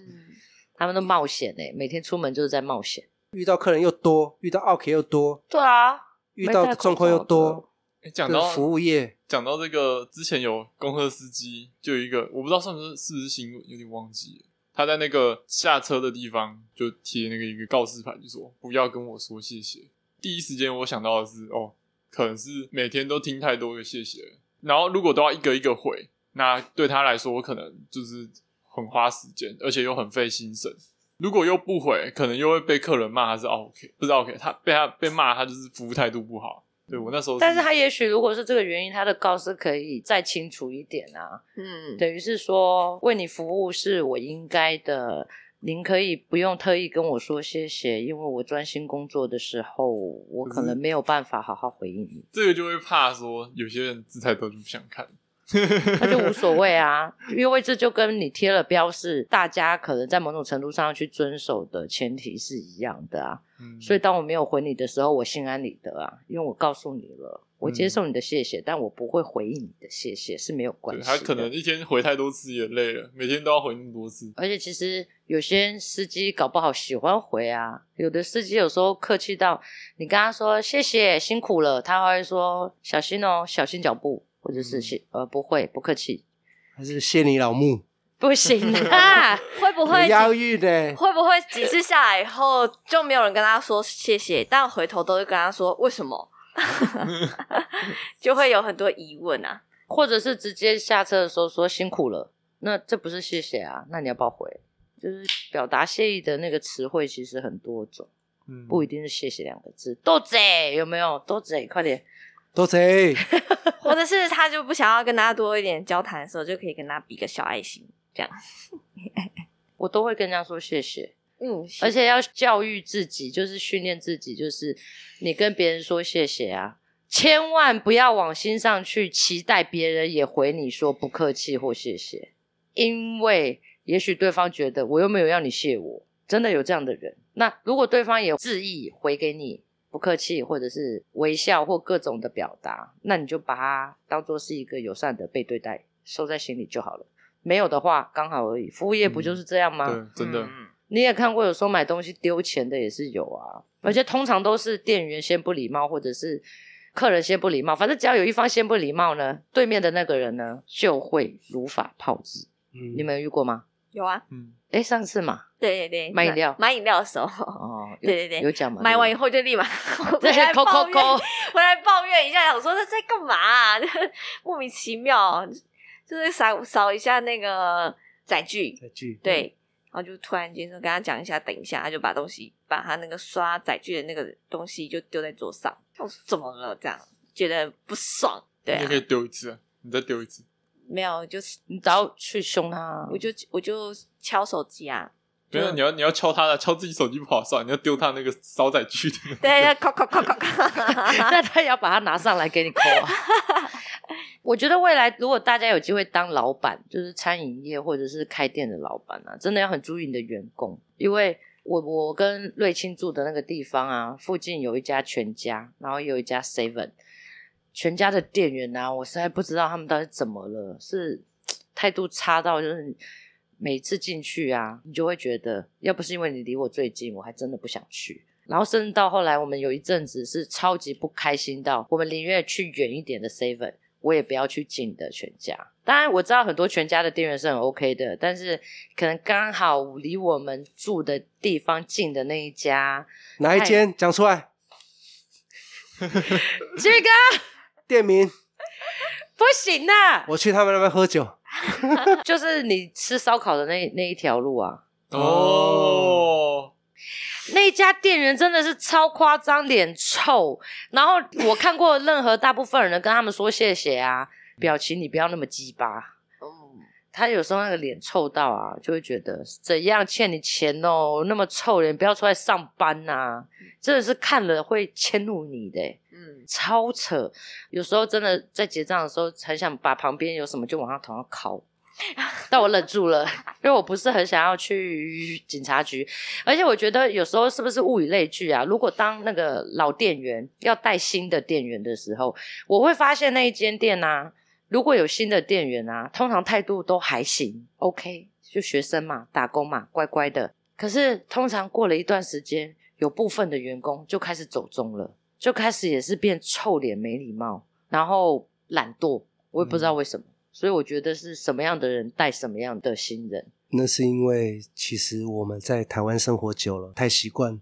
Speaker 6: 他们都冒险哎、每天出门就是在冒险。
Speaker 1: 遇到客人又多，遇到 OK 又多，
Speaker 6: 对啊，
Speaker 1: 遇到的状况又多，
Speaker 3: 诶讲
Speaker 1: 对
Speaker 3: 到
Speaker 1: 服务业，
Speaker 3: 讲到这个，之前有公车司机，就有一个我不知道算不是是不是新闻，有点忘记了。他在那个下车的地方就贴那个一个告示牌，就说不要跟我说谢谢。第一时间我想到的是，哦，可能是每天都听太多个谢谢了。然后如果都要一个一个回，那对他来说，我可能就是很花时间，而且又很费心神。如果又不回，可能又会被客人骂他是哦 OK，不是 OK，他被他被骂他就是服务态度不好。对我那时候，
Speaker 6: 但是他也许如果是这个原因，他的告示可以再清楚一点啊，
Speaker 2: 嗯，
Speaker 6: 等于是说为你服务是我应该的。您可以不用特意跟我说谢谢，因为我专心工作的时候，我可能没有办法好好回应你，
Speaker 3: 这个就会怕说有些人字太多就不想看。
Speaker 6: 那 *laughs* 就无所谓啊，因为这就跟你贴了标示，大家可能在某种程度上要去遵守的前提是一样的啊。
Speaker 3: 嗯，
Speaker 6: 所以当我没有回你的时候，我心安理得啊，因为我告诉你了，我
Speaker 3: 嗯
Speaker 6: 接受你的谢谢，但我不会回应你的谢谢是没有关
Speaker 3: 对
Speaker 6: 系
Speaker 3: 他
Speaker 6: 的。
Speaker 3: 可能一天回太多次也累了，每天都要回那么多次。
Speaker 6: 而且其实有些司机搞不好喜欢回啊，有的司机有时候客气到你跟他说谢谢辛苦了，他会说小心哦，小心脚步，或者是
Speaker 3: 嗯
Speaker 6: 谢、呃不会不客气，
Speaker 1: 还是谢你老木，
Speaker 6: 不行啊。
Speaker 4: 会不
Speaker 1: 有
Speaker 4: 会
Speaker 1: 押
Speaker 4: 几
Speaker 1: 韵呢，
Speaker 4: 会不会几次下来以后就没有人跟他说谢谢，但回头都会跟他说为什么， *laughs* 就会有很多疑问 *laughs* 啊。
Speaker 6: *laughs* 或者是直接下车的时候说辛苦了，那这不是谢谢啊？那你要不要回？就是表达谢意的那个词汇其实很多种，
Speaker 3: 嗯，
Speaker 6: 不一定是谢谢两个字。多嘴有没有？多嘴，快点！
Speaker 1: 多贼，
Speaker 4: 或者是他就不想要跟他多一点交谈的时候，就可以跟他比个小爱心，这样。
Speaker 6: 我都会跟人家说谢谢，
Speaker 4: 嗯，
Speaker 6: 而且要教育自己，就是训练自己，就是你跟别人说谢谢啊，千万不要往心上去，期待别人也回你说不客气或谢谢，因为也许对方觉得我又没有要你谢我，真的有这样的人。那如果对方也致意回给你不客气，或者是微笑或各种的表达，那你就把它当做是一个友善的被对待，收在心里就好了。没有的话，刚好而已。服务业不就是这样吗？
Speaker 3: 嗯对，真的，
Speaker 5: 嗯
Speaker 6: 你也看过，有时候买东西丢钱的也是有啊，而
Speaker 4: 嗯
Speaker 6: 且通常都是店员先不礼貌，或者是客人先不礼貌，反正只要有一方先不礼貌呢，对面的那个人呢就会如法炮制。
Speaker 1: 嗯
Speaker 6: 你们有遇过吗？
Speaker 4: 有啊，
Speaker 3: 嗯，
Speaker 6: 哎，上次嘛，
Speaker 4: 对对对，
Speaker 6: 买饮料
Speaker 4: 买饮料的时 *laughs* 候，
Speaker 6: 哦，有
Speaker 4: 对对对
Speaker 6: 有讲嘛，
Speaker 4: 买完以
Speaker 6: 后，
Speaker 4: 后就立马 *laughs* 回
Speaker 6: 对 *laughs*
Speaker 4: 来 *laughs*
Speaker 6: 抠
Speaker 4: 抱
Speaker 6: 抠
Speaker 4: 怨，
Speaker 6: 抠，
Speaker 4: 回来抱怨一下，想说他在干嘛啊、 *laughs* 莫名其妙，就是扫扫一下那个载具，
Speaker 1: 再去
Speaker 4: 对，然后就突然间说跟他讲一下，等一下，他就把东西把他那个刷载具的那个东西就丢在桌上，我说怎么了？这样觉得不爽，对
Speaker 3: 你
Speaker 4: 啊
Speaker 3: 也可，以丢一次啊，你再丢一次，
Speaker 4: 没有，就是
Speaker 6: 你只要去凶他
Speaker 4: 我，就我就敲手机啊，
Speaker 3: 没有，你要你要敲他的，敲自己手机不好算，你要丢他那个烧载具的。
Speaker 4: 对，要敲敲敲敲敲，
Speaker 6: 那他也要把它拿上来给你抠啊。我觉得未来如果大家有机会当老板，就是餐饮业或者是开店的老板啊，真的要很注意你的员工，因为我我跟瑞清住的那个地方啊，附近有一家全家，然后有一家 Seven，全家的店员啊，我实在不知道他们到底怎么了，是态度差到就是。每次进去啊，你就会觉得，要不是因为你离我最近，我还真的不想去。然后甚至到后来，我们有一阵子是超级不开心到，我们宁愿去远一点的 Seven，我也不要去近的全家。当然我知道很多全家的店员是很 OK 的，但是可能刚好离我们住的地方近的那一家， *laughs*
Speaker 1: 哪一间讲出来？
Speaker 6: 这个
Speaker 1: 店名，
Speaker 6: 不行啊，
Speaker 1: 我去他们那边喝酒。
Speaker 6: *laughs* 就是你吃烧烤的那那一条路啊，
Speaker 3: 哦，
Speaker 6: 那一家店员真的是超夸张，脸臭。然后我看过任何大部分人跟他们说谢谢啊，表情你不要那么鸡巴。他有时候那个脸臭到啊，就会觉得怎样欠你钱哦，那么臭脸不要出来上班呐、真的是看了会迁怒你的、
Speaker 4: *laughs* 嗯，
Speaker 6: 超扯。有时候真的在结账的时候，很想把旁边有什么就往他头上敲，但我忍住了，因为我不是很想要去 *laughs* 警察局。而且我觉得有时候是不是物以类聚啊？如果当那个老店员要带新的店员的时候，我会发现那一间店啊，如果有新的店员啊，通常态度都还行，OK，就学生嘛，打工嘛，乖乖的。可是通常过了一段时间，有部分的员工就开始走中了，就开始也是变臭脸、没礼貌，然后懒惰，我也不知道为什么。所以我觉得是什么样的人带什么样的新人，
Speaker 1: 那是因为其实我们在台湾生活久了，太习惯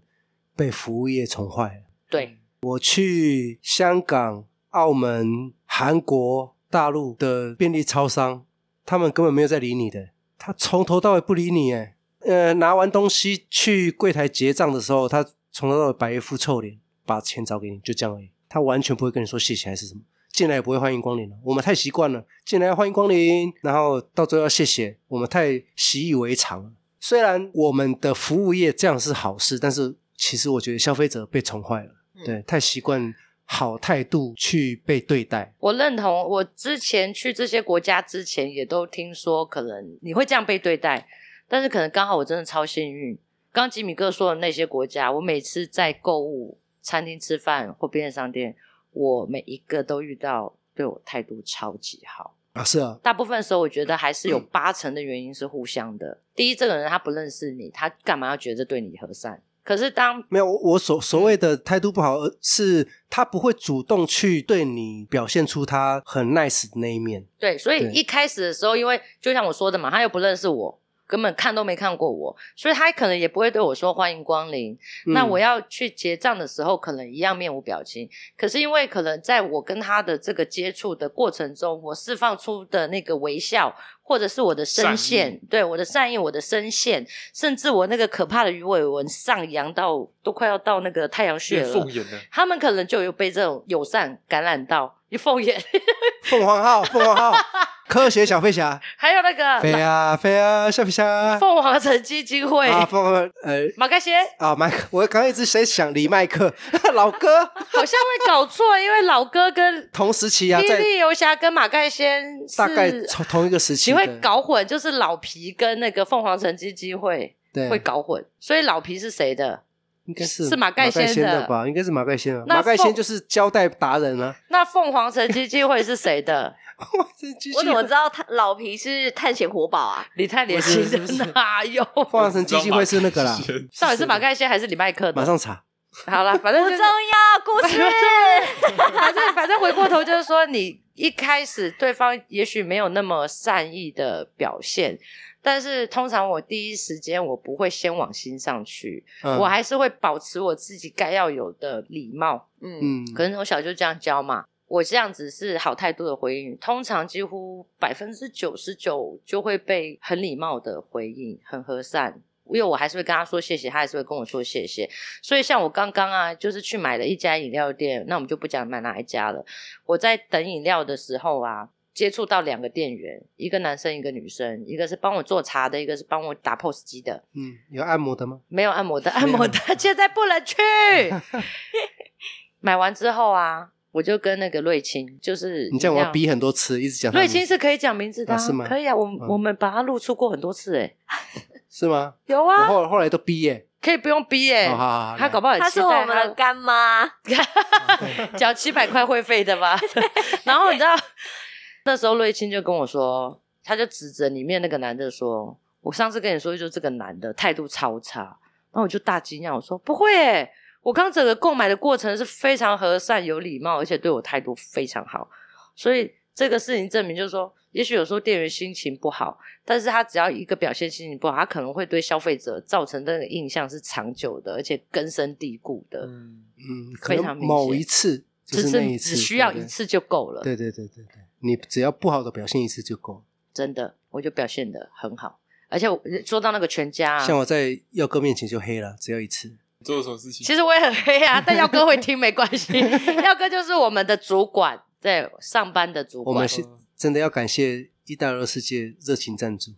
Speaker 1: 被服务业宠坏了。
Speaker 6: 对，
Speaker 1: 我去香港、澳门、韩国、大陆的便利超商，他们根本没有在理你的，他从头到尾不理你。哎，呃，拿完东西去柜台结账的时候，他从头到尾摆一副臭脸，把钱找给你，就这样而已。他完全不会跟你说谢谢还是什么，进来也不会欢迎光临了。我们太习惯了，进来欢迎光临，然后到最后要谢谢，我们太习以为常了。虽然我们的服务业这样是好事，但是其实我觉得消费者被宠坏了。对，太习惯好态度去被对待。
Speaker 6: 我认同。我之前去这些国家之前，也都听说可能你会这样被对待，但是可能刚好我真的超幸运。刚吉米哥说的那些国家，我每次在购物、餐厅吃饭或便利商店，我每一个都遇到对我态度超级好。
Speaker 1: 啊，是啊，
Speaker 6: 大部分时候，我觉得还是有八成的原因是互相的。第一，这个人他不认识你，他干嘛要觉得对你和善？可是当
Speaker 1: 没有我我所所谓的态度不好，呃是他不会主动去对你表现出他很 nice 的那一面。
Speaker 6: 对，所以
Speaker 1: 对
Speaker 6: 一开始的时候，因为就像我说的嘛，他又不认识我，根本看都没看过我，所以他可能也不会对我说欢迎光临。那我
Speaker 1: 要
Speaker 6: 要去结账的时候，可能一样面无表情。可是因为可能在我跟他的这个接触的过程中，我释放出的那个微笑，或者是我的声
Speaker 3: 善
Speaker 6: 线，对我的善意，我的声线，甚至我那个可怕的鱼尾纹上扬到都快要到那个太阳穴
Speaker 3: 变
Speaker 6: 了
Speaker 3: 凤。眼的，
Speaker 6: 他们可能就有被这种友善感染到，凤眼， *laughs*
Speaker 1: 凤凰号，凤凰号，科学小飞侠，
Speaker 6: 还有那个
Speaker 1: 飞啊飞啊，小飞侠，
Speaker 6: 凤凰城基金会、
Speaker 1: 啊凤凰呃
Speaker 6: 马盖先
Speaker 1: 啊麦克，我刚刚一直谁想李麦克 *laughs* 老哥，
Speaker 6: 好像会搞错，因为老哥跟
Speaker 1: *laughs* 同时期啊，
Speaker 6: 霹
Speaker 1: 在
Speaker 6: 雳游侠跟马盖先是
Speaker 1: 大概同同一个时期
Speaker 6: 你
Speaker 1: 的，
Speaker 6: 会搞混，就是老皮跟那个凤凰城基金会。
Speaker 1: 对，
Speaker 6: 会搞混。所以老皮是谁的？
Speaker 1: 应该是
Speaker 6: 是马盖
Speaker 1: 盖
Speaker 6: 先
Speaker 1: 先
Speaker 6: 的
Speaker 1: 吧？应该是马盖先啊，
Speaker 6: 那
Speaker 1: 马盖
Speaker 6: 凤
Speaker 1: 先就是胶带达人啊。
Speaker 6: 那凤凰城基金会是谁
Speaker 1: *laughs*
Speaker 6: 的？
Speaker 1: 哇这机器
Speaker 4: 我怎么知道他老皮是探险活宝啊？
Speaker 6: 你太年轻
Speaker 1: 不是不是
Speaker 6: 了，哪有？
Speaker 1: 凤凰城基金会是那个啦
Speaker 3: 我，知道马克思
Speaker 6: *laughs* 到底是马盖先还是李麦克的？
Speaker 1: 马上查。
Speaker 6: 好了，反正
Speaker 4: 不
Speaker 6: 就
Speaker 4: 重
Speaker 6: 是
Speaker 4: 要，故事
Speaker 6: *laughs* 反正反正回过头就是说，你一开始对方也许没有那么善意的表现，但是通常我第一时间我不会先往心上去，
Speaker 1: 嗯
Speaker 6: 我还是会保持我自己该要有的礼貌。
Speaker 4: 嗯，
Speaker 1: 嗯，
Speaker 6: 可能从小就这样教嘛，我这样子是好态度的回应，通常几乎百分之九十九就会被很礼貌的回应，很和善。因为我还是会跟他说谢谢，他还是会跟我说谢谢。所以像我刚刚啊，就是去买了一家饮料店，那我们就不讲买哪一家了。我在等饮料的时候啊，接触到两个店员，一个男生，一个女生，一个是帮我做茶的，一个是帮我打 POS 机的。
Speaker 1: 嗯，有按摩的吗？
Speaker 6: 没有按摩的，按摩的现在不能去。买完之后啊，我就跟那个瑞清，就是
Speaker 1: 你这样我要
Speaker 6: 一
Speaker 1: 逼很多次，一直讲他的
Speaker 6: 瑞
Speaker 1: 名字。
Speaker 6: 清是可以讲名字的、
Speaker 1: 啊是吗
Speaker 6: 可以啊，我们、
Speaker 1: 嗯
Speaker 6: 我们把它露出过很多次、欸，哎，
Speaker 1: 是吗？
Speaker 6: 有
Speaker 1: 我
Speaker 6: 啊，
Speaker 1: 后后来都逼耶。
Speaker 6: 可以不用逼、欸，
Speaker 1: 哦好好好，
Speaker 6: 哎、他
Speaker 1: 来
Speaker 6: 搞不好很
Speaker 4: 他
Speaker 6: 期
Speaker 4: 是
Speaker 6: 待
Speaker 4: 我们的干妈，
Speaker 6: *laughs* 缴七百块会费的吧。然后你知道，那时候瑞清就跟我说，他就指着里面那个男的说：“我上次跟你说，就这个男的态度超差。”然后我就大惊讶，我说：“不会、欸，我刚整个购买的过程是非常和善、有礼貌，而且对我态度非常好。”所以这个事情证明，就是说，也许有时候店员心情不好，但是他只要一个表现心情不好，他可能会对消费者造成那个印象是长久的，而且根深蒂固的。
Speaker 3: 嗯，
Speaker 1: 嗯，可
Speaker 6: 非常
Speaker 1: 能
Speaker 6: 明显
Speaker 1: 某一次就
Speaker 6: 只
Speaker 1: 是那一次，
Speaker 6: 只需要
Speaker 1: 对
Speaker 6: 一。次就够了。
Speaker 1: 对对对对对对，你只要不好的表现一次就够了。
Speaker 6: 真的，我就表现的很好。而且我说到那个全家、啊，
Speaker 1: 像我在耀哥面前就黑了，只要一次。
Speaker 3: 做了什么事情？
Speaker 6: 其实我也很黑啊，但耀哥会听没关
Speaker 1: *laughs*
Speaker 6: 系。耀哥就是我们的主管，对上班的主
Speaker 1: 我
Speaker 6: 管。
Speaker 1: 们是真的要感谢一带二世界热情赞
Speaker 6: *laughs*
Speaker 1: 助，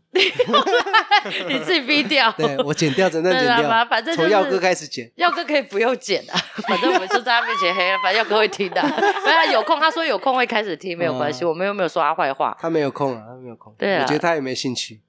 Speaker 6: 你自己逼掉。
Speaker 1: 对我剪掉，整段
Speaker 6: 对啊
Speaker 1: 剪
Speaker 6: 啦
Speaker 1: 掉，
Speaker 6: 反正就
Speaker 1: 从
Speaker 6: 是
Speaker 1: 耀哥开始剪。
Speaker 6: 耀哥可以不用剪啊，反正我们就在他面前黑了，啊反正耀哥会听的。没有啊有空，他说有空会开始听，没有关系，
Speaker 1: 嗯
Speaker 6: 我们又没有说他坏话，
Speaker 1: 他没有空啊，他没有空。
Speaker 6: 对啊
Speaker 1: 我觉得他也没兴趣，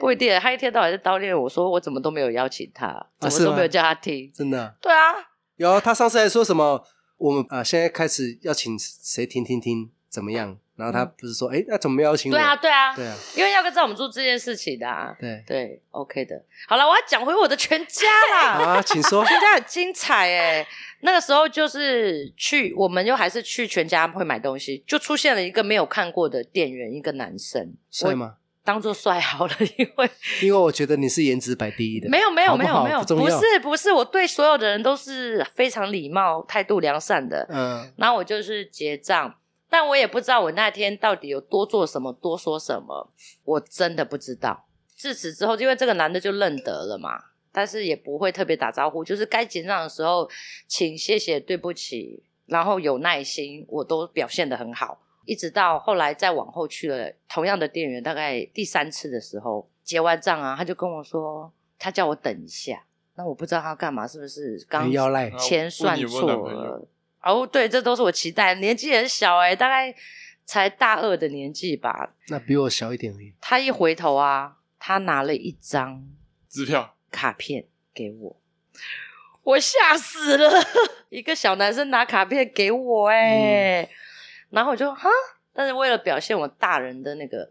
Speaker 6: 不一定。他一天到晚在叨念我说我怎么都没有邀请他，怎么
Speaker 1: 啊是
Speaker 6: 都
Speaker 1: 吗
Speaker 6: 没有叫他听。
Speaker 1: 真的。
Speaker 6: 对啊，
Speaker 1: 有他上次还说什么，我们啊、现在开始要请谁听听听怎么样？然后他不是说，哎、那怎么没有邀请我？
Speaker 6: 对啊，对啊，
Speaker 1: 对啊，
Speaker 6: 因为耀哥知道我们做这件事情的、啊。
Speaker 1: 对
Speaker 6: 对，OK 的。好了，我要讲回我的全家
Speaker 1: *laughs*
Speaker 6: 啦，
Speaker 1: 啊，请说。
Speaker 6: 全家很精彩哎、那个时候就是去，我们又还是去全家会买东西，就出现了一个没有看过的店员，一个男生，
Speaker 1: 帅吗？
Speaker 6: 当做帅好了，因为
Speaker 1: 因为我觉得你是颜值摆第一的。
Speaker 6: 没有没有
Speaker 1: 好不
Speaker 6: 没有
Speaker 1: 好
Speaker 6: 没有，
Speaker 1: 不重要
Speaker 6: 是不是，我对所有的人都是非常礼貌、态度良善的。
Speaker 1: 嗯，
Speaker 6: 然后我就是结账，但我也不知道我那天到底有多做什么，多说什么，我真的不知道。自此之后，因为这个男的就认得了嘛，但是也不会特别打招呼，就是该结账的时候，请谢谢对不起，然后有耐心，我都表现得很好。一直到后来再往后去了，同样的店员大概第三次的时候，结完账啊，他就跟我说，他叫我等一下。那我不知道他干嘛，是不是刚
Speaker 1: 很要赖。
Speaker 6: 钱
Speaker 3: 啊
Speaker 6: 算
Speaker 3: 问你有
Speaker 6: 错
Speaker 3: 没有男朋友
Speaker 6: 了。哦，对，这都是我期待。年纪很小哎、大概才大二的年纪吧。
Speaker 1: 那比我小一点而已。
Speaker 6: 他一回头啊，他拿了一张
Speaker 3: 支票，
Speaker 6: 卡片给我，我吓死了！ *laughs* 一个小男生拿卡片给我哎、然后我就哈，但是为了表现我大人的那个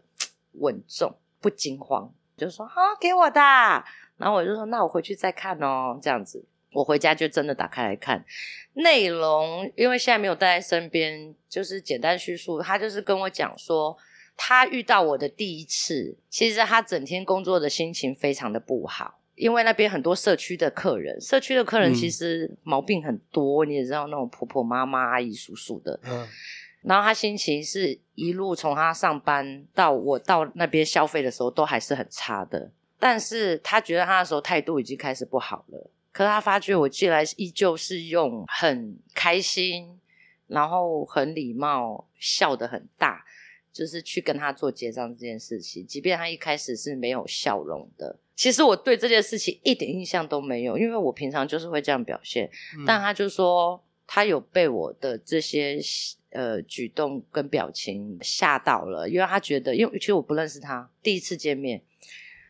Speaker 6: 稳重不惊慌，就说啊给我的啊，然后我就说那我回去再看哦，这样子。我回家就真的打开来看，内容因为现在没有带在身边，就是简单叙述。他就是跟我讲说，他遇到我的第一次，其实他整天工作的心情非常的不好，因为那边很多社区的客人，社区的客人
Speaker 1: 嗯
Speaker 6: 其实毛病很多，你也知道那种婆婆妈妈、阿姨叔叔的，
Speaker 1: 嗯，
Speaker 6: 然后他心情是一路从他上班到我到那边消费的时候都还是很差的，但是他觉得他那时候态度已经开始不好了。可是他发觉我进来依旧是用很开心，然后很礼貌，笑得很大，就是去跟他做结账这件事情。即便他一开始是没有笑容的，其实我对这件事情一点印象都没有，因为我平常就是会这样表现。
Speaker 1: 嗯
Speaker 6: 但他就说他有被我的这些呃举动跟表情吓到了，因为他觉得，因为其实我不认识他，第一次见面，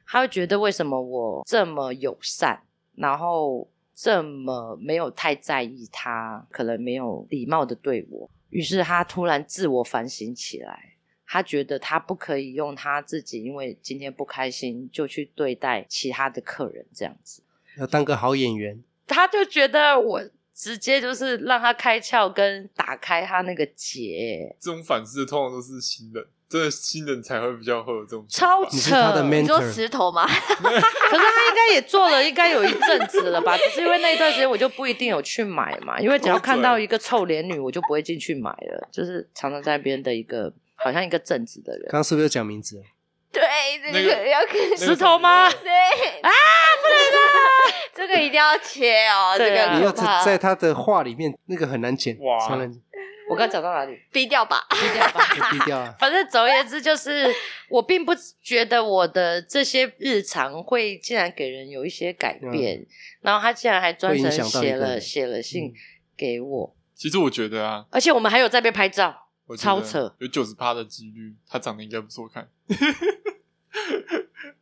Speaker 6: 他会觉得为什么我这么友善，然后这么没有太在意他，可能没有礼貌的对我，于是他突然自我反省起来。他觉得他不可以用他自己，因为今天不开心就去对待其他的客人这样子，
Speaker 1: 要当个好演员，
Speaker 6: 他就觉得我直接就是让他开窍跟打开他那个结，
Speaker 3: 这种反思通常都是新人，真的新人才会比较会有这种想
Speaker 6: 超
Speaker 3: 法
Speaker 1: 你
Speaker 6: 扯
Speaker 1: 是。他的
Speaker 4: 你说
Speaker 1: mentor，
Speaker 4: 石头吗？ *laughs*
Speaker 6: 可是他应该也做了，应该有一阵子了吧？只是因为那一段时间我就不一定有去买嘛，因为
Speaker 1: 哦
Speaker 6: 只要看到一个臭脸女，我就不会进去买了，就是常常在那边的一个好像一个正直的人
Speaker 1: 刚。刚是不是有讲名字？
Speaker 4: 对，这
Speaker 3: 那个
Speaker 4: 个要跟
Speaker 3: 那
Speaker 6: 石头吗
Speaker 3: 个
Speaker 4: *laughs* 对啊，不 *laughs* 能的，这个一定要切哦，这
Speaker 6: 啊对
Speaker 4: 个
Speaker 6: 啊
Speaker 4: 很
Speaker 1: 你要
Speaker 4: 可
Speaker 1: 在
Speaker 4: 怕
Speaker 1: 在他的话里面，那个很难剪，
Speaker 3: 哇
Speaker 1: 超难剪，
Speaker 6: 我刚讲到哪里？ *laughs*
Speaker 4: 低调吧。
Speaker 6: 低调吧！
Speaker 1: 太低调啊
Speaker 6: 反正总而言之，就是我并不觉得我的这些日常会竟然给人有一些改变，然后他竟然还专程
Speaker 1: 嗯会影响到一
Speaker 6: 写
Speaker 1: 个人
Speaker 6: 了写了信
Speaker 1: 嗯
Speaker 6: 给我，
Speaker 3: 其实我觉得啊，
Speaker 6: 而且我们还有在被拍照，
Speaker 3: 我觉得
Speaker 6: 超扯
Speaker 3: 有九十趴的几率，他长得应该不错看，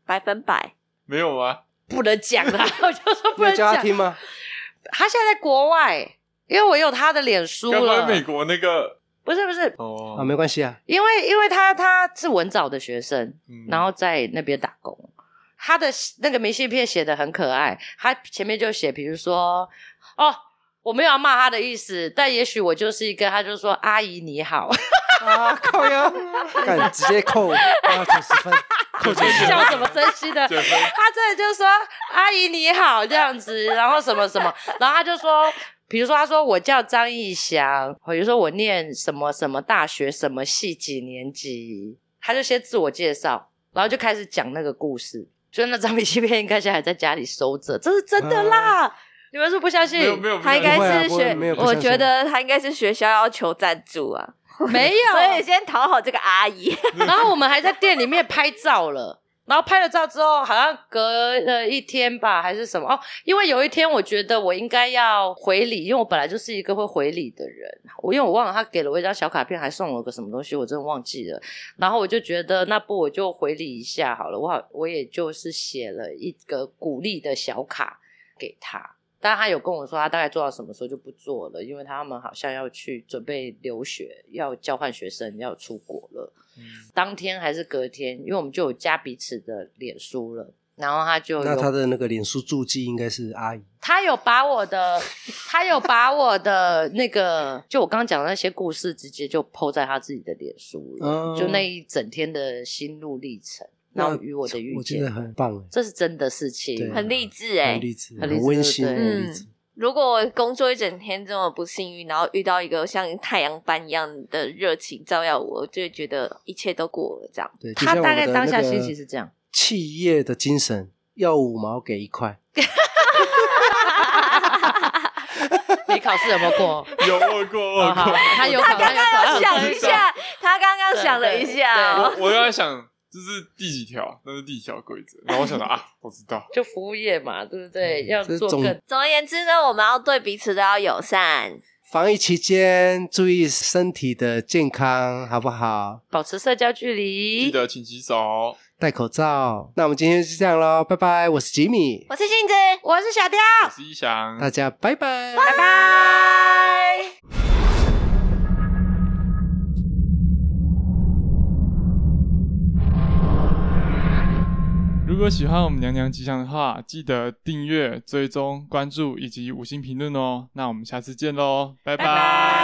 Speaker 4: 百分百，
Speaker 3: 没有啊吗？
Speaker 6: 不能讲
Speaker 1: *laughs*
Speaker 6: 啦，我就说 *laughs*
Speaker 1: 你
Speaker 6: 不
Speaker 1: 要
Speaker 6: 能
Speaker 1: 叫
Speaker 6: 讲
Speaker 1: 他。听吗？
Speaker 6: 他现在在国外，因为我有他的脸书
Speaker 3: 刚
Speaker 6: 了
Speaker 3: 刚，美国那个
Speaker 6: 不是不是，
Speaker 3: 哦，
Speaker 1: 啊，没关系
Speaker 3: *laughs*
Speaker 1: 啊，
Speaker 6: 因为因为他他是文藻的学生，
Speaker 3: 嗯 *laughs*
Speaker 6: 然后在那边打工。他的那个明信片写的很可爱，他前面就写，比如说，哦，我没有要骂他的意思，但也许我就是一个，他就说阿姨你好，
Speaker 1: 啊靠呀，干直接
Speaker 3: *laughs*
Speaker 1: 扣八九十分，
Speaker 3: 扣九十
Speaker 6: 笑什么真
Speaker 3: *laughs*
Speaker 6: 心的，
Speaker 3: 九分
Speaker 6: 他真的就说阿姨你好这样子，然后什么什么， *laughs* 然后他就说。比如说，他说我叫张义祥，比如说我念什么什么大学什么系几年级，他就先自我介绍，然后就开始讲那个故事。所以那张明信片应该现在还在家里收着，这是真的啦！你们是不相信？
Speaker 3: 啊没有没有，
Speaker 4: 他应该
Speaker 1: 不会啊
Speaker 4: 是
Speaker 1: 不会
Speaker 4: 学
Speaker 1: 没有，不
Speaker 4: 我
Speaker 1: 相信
Speaker 4: 觉得他应该是学校要求赞助啊，
Speaker 6: 没
Speaker 3: *laughs*
Speaker 6: 有
Speaker 4: 所以先讨好这个阿姨。
Speaker 6: *laughs* 然后我们还在店里面拍照了。然后拍了照之后，好像隔了一天吧，还是什么哦？因为有一天，我觉得我应该要回礼，因为我本来就是一个会回礼的人。我因为我忘了他给了我一张小卡片，还送了我个什么东西，我真的忘记了。然后我就觉得，那不我就回礼一下好了。我好，我也就是写了一个鼓励的小卡给他，但他有跟我说，他大概做到什么时候就不做了，因为他们好像要去准备留学，要交换学生，要出国了。
Speaker 3: 嗯
Speaker 6: 当天还是隔天，因为我们就有加彼此的脸书了，然后他就
Speaker 1: 那
Speaker 6: 哦有
Speaker 1: 他的那个脸书注记应该是阿姨，
Speaker 6: 他有把我的 *laughs* 他有把我的那个就我刚刚讲的那些故事，直接就抛在他自己的脸书了，
Speaker 1: 嗯
Speaker 6: 就那一整天的心路历程，然后与我的遇
Speaker 1: 我觉得
Speaker 6: 见，
Speaker 1: 很棒
Speaker 6: 这是真的事情
Speaker 1: 对，
Speaker 4: 很励志哎、
Speaker 1: 哎，很励志，
Speaker 6: 很励志
Speaker 1: 温馨，
Speaker 6: 对
Speaker 1: 很励志。
Speaker 4: 如果我工作一整天这么不幸运，然后遇到一个像太阳般一样的热情照耀我，我就会觉得一切都过了这样。
Speaker 1: 对，
Speaker 6: 他大概当下心
Speaker 1: 信
Speaker 6: 情
Speaker 1: 息
Speaker 6: 是这样。
Speaker 1: 企业的精神，要五毛给一块，
Speaker 6: 你考试有没有过？
Speaker 3: 有问过
Speaker 6: 哦
Speaker 3: 问
Speaker 6: 好
Speaker 3: 过，
Speaker 6: 他有考，他有考，
Speaker 4: 想一下，他刚刚想了一下哦、
Speaker 3: *laughs* 我我刚才想这是第几条，那是第几条规则，然后我想到
Speaker 6: *laughs*
Speaker 3: 啊，我知道，
Speaker 6: 就服务业嘛，对不对？要
Speaker 1: 这是
Speaker 6: 做
Speaker 1: 总
Speaker 6: 更
Speaker 4: 总而言之呢，我们要对彼此都要友善。
Speaker 1: 防疫期间注意身体的健康，好不好？
Speaker 6: 保持社交距离，
Speaker 3: 记得勤洗手，
Speaker 1: 戴口罩。那我们今天就这样喽，拜拜！我是吉米，
Speaker 4: 我是杏子，
Speaker 6: 我是小雕。
Speaker 3: 我是一翔，
Speaker 1: 大家拜拜。
Speaker 4: 拜拜。
Speaker 3: 如果喜欢我们娘娘吉祥的话，记得订阅、追踪、关注以及五星评论哦。那我们下次见喽，拜拜